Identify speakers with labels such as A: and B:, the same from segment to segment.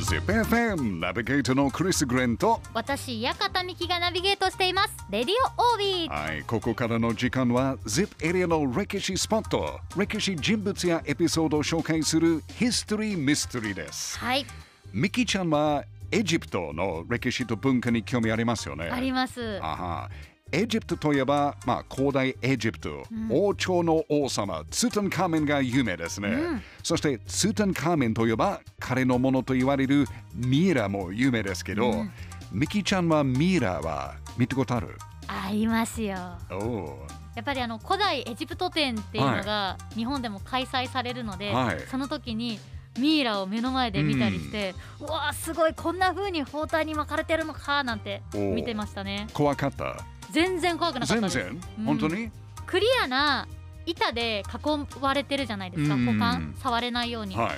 A: ZIPFM ナビゲートのクリス・グレンと
B: 私館美希がナビゲートしていますレディオオービー
A: はいここからの時間は ZIP エリアの歴史スポット歴史人物やエピソードを紹介するヒストリー・ミステリーです
B: はい
A: ミキちゃんはエジプトの歴史と文化に興味ありますよね
B: あります
A: あはエジプトといえば、まあ、古代エジプト、王朝の王様ツタンカーメンが有名ですね、そしてツタンカーメンといえば彼のものと言われるミイラも有名ですけど、ミキちゃんはミイラは見たことある
B: ありますよや
A: おお
B: っぱりあの古代エジプト展っていうのが日本でも開催されるので、
A: はい
B: その時にミイラを目の前で見たりして、うわあすごいこんな風に包帯に巻かれてるのかなんて
A: おー
B: 見てましたね
A: 怖かった
B: 全然怖くなかっ
A: 全
B: たです
A: 然、
B: うん
A: 本当に
B: クリアな板で囲われてるじゃないですか
A: うん
B: 股間触れないように、
A: はい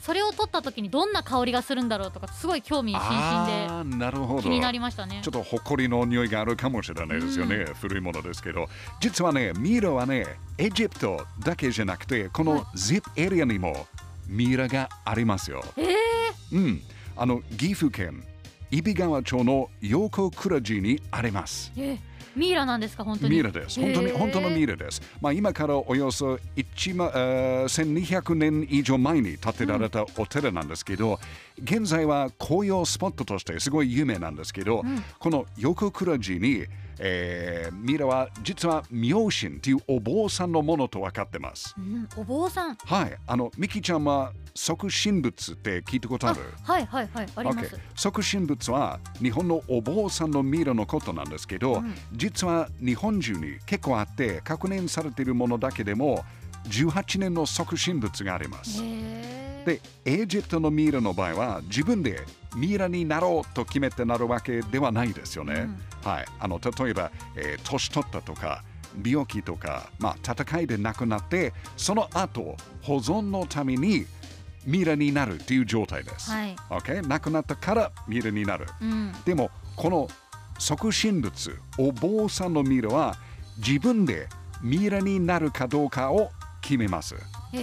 B: それを取った時にどんな香りがするんだろうとかすごい興味津々
A: あーなるほど
B: で気になりましたね
A: ちょっと埃の匂いがあるかもしれないですよね、古いものですけど実はねミイラはねエジプトだけじゃなくてこ
B: はい
A: の ZIP エリアにもミイラがありますよ、
B: えー、
A: うんあの岐阜県揖斐川町の横倉寺にあります
B: えミイラなんですか本当に
A: ミイラです本当に
B: へー
A: 本当のミイラです、まあ、今からおよそ1万、えー1200年以上前に建てられたお寺なんですけど、現在は紅葉スポットとしてすごい有名なんですけど、この横倉寺に、えーミイラは実は妙心というお坊さんのものと分かってます
B: うん、お坊さん
A: はいあのミキちゃんは即身仏って聞いたことあ
B: あ
A: る
B: はいはいはいあります
A: OK 即身仏は日本のお坊さんのミイラのことなんですけど、
B: ん
A: 実は日本中に結構あって確認されているものだけでも18年の即身仏があります。
B: へー
A: でエジプトのミイラの場合は自分でミイラになろうと決めてなるわけではないですよね。はい、あの例えば、えー年取ったとか病気とか、まあ、戦いで亡くなってその後保存のためにミイラになるという状態です。
B: はい
A: OK? 亡くなったからミイラになる。
B: うん
A: でもこの即身仏お坊さんのミイラは自分でミイラになるかどうかを決めます
B: へ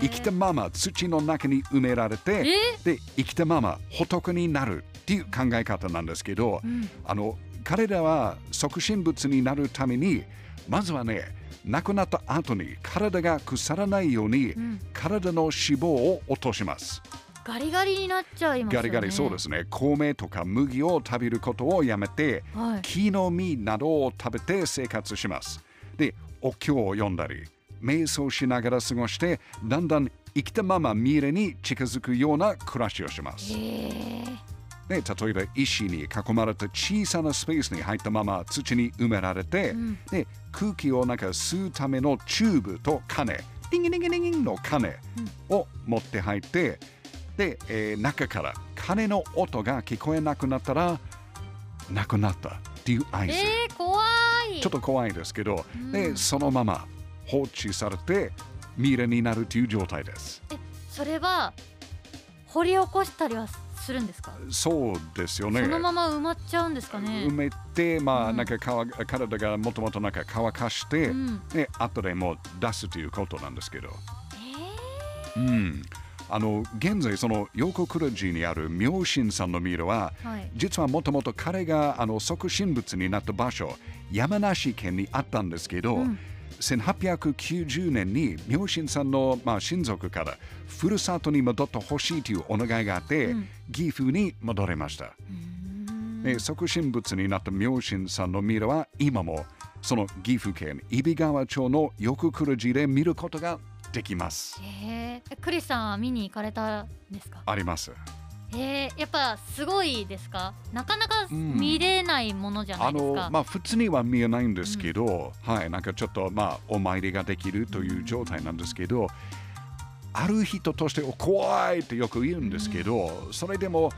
B: ー
A: 生きたまま土の中に埋められてで生きたまま仏になるっていう考え方なんですけど、
B: うん
A: あの彼らは即身仏になるためにまずはね亡くなった後に体が腐らないように、
B: ん
A: 体の脂肪を落とします
B: ガリガリになっちゃいますよ
A: ガ
B: ね
A: リガリそうですすね米とか麦を食べることをやめて、
B: はい
A: 木の実などを食べて生活しますでお経を読んだり瞑想しながら過ごしてだんだん生きたままミイラに近づくような暮らしをします
B: へー
A: で例えば石に囲まれた小さなスペースに入ったまま土に埋められて、
B: ん
A: で空気をなんか吸うためのチューブと金ディンギディンギディンギンの金を持って入ってで、えー中から金の音が聞こえなくなったらなくなったっていう合図、
B: えー、怖い
A: ちょっと怖いですけど、でそのまま放置されてミイラになるという状態です。
B: えそれは掘り起こしたりはするんですか、
A: そうですよね。
B: そのまま埋まっちゃうんですかね
A: 埋めて、まあ、
B: うん
A: なんか乾体がもともとなんか乾かして、
B: うん
A: で後でもう出すということなんですけど、
B: え
A: うん、あの現在その横倉寺にある明神さんのミイラは、
B: ー、はい
A: 実はもともと彼があの即身仏になった場所山梨県にあったんですけど、
B: うん
A: 1890年に明神さんの、まあ、親族からふるさとに戻ってほしいというお願いがあって、
B: うん
A: 岐阜に戻れました。
B: うーん
A: で即身仏になった明神さんのミイラは今もその岐阜県揖斐川町の横倉寺で見ることができます。
B: へーえクリスさんは見に行かれたんですか
A: あります。
B: へえやっぱすごいですかなかなか
A: ん
B: 見れないものじゃな
A: あ
B: いです
A: の
B: か、
A: まあ普通には見えないんですけど、はいなんかちょっとまあお参りができるという状態なんですけど、ある人としてお怖いってよく言うんですけど、それでも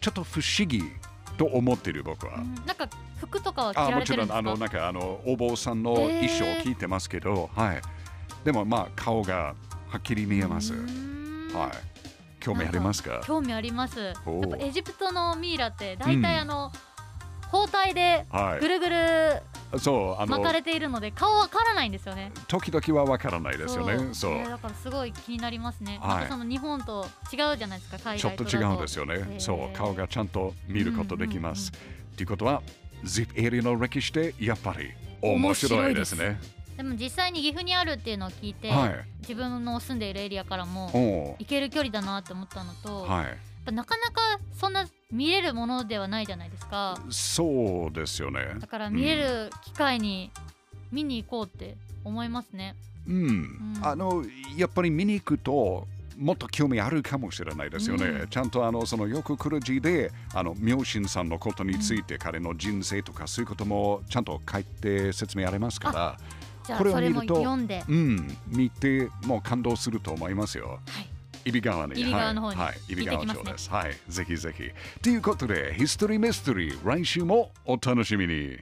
A: ちょっと不思議と思ってる僕は。
B: うんなんか服とかは着
A: あ
B: ら
A: も
B: れ
A: ち
B: て
A: ろ
B: るん
A: ん
B: です
A: あの
B: か
A: なんかあのお坊さんの衣装を聞いてますけど、はいでもまあ顔がはっきり見えます、
B: うーん
A: はい興味ありますか
B: 興味ありますやっ
A: おう
B: ぱエジプトのミイラって大
A: うん
B: 体あの、包帯で
A: はい
B: ぐるぐる
A: そうあ
B: 巻
A: の
B: かれているので顔わからないんですよね。
A: 時々はわからないですよね。そう
B: ねだからすごい気になりますね。
A: はい
B: なんかその日本と違うじゃないですか海外
A: ちょっと違うんです
B: よ。
A: よね。
B: ー
A: そう顔がちゃんと見ることできます。と、いうことは ZIP エリアの歴史ってやっぱり面白いですね。
B: でも実際に岐阜にあるっていうのを聞いて、
A: はい。
B: 自分の住んでいるエリアからも
A: おお
B: 行ける距離だなって思ったのと、
A: ー。
B: やっ
A: はい。
B: ぱなかなかそんな見れるものではないじゃないですか。
A: そうですよね。
B: だから見れる機会に見に行こうって思いますね。
A: うん。
B: うん
A: あのやっぱり見に行くと。もっと興味あるかもしれないですよね。
B: う
A: ちゃんとあのそのよく来る字で、あの妙心さんのことについて、彼の人生とかそういうこともちゃんと書いて説明ありますから、
B: じゃあ
A: これを
B: それも
A: 見ると
B: 読んで、
A: うん、見てもう感動すると思いますよ。
B: はい、
A: イビ川に。
B: 揖斐川の方に
A: はい、はい、揖斐川町
B: 行ってき
A: で。
B: ます
A: はい、ぜひぜひ。ということで、ヒストリーミステリー、来週もお楽しみに。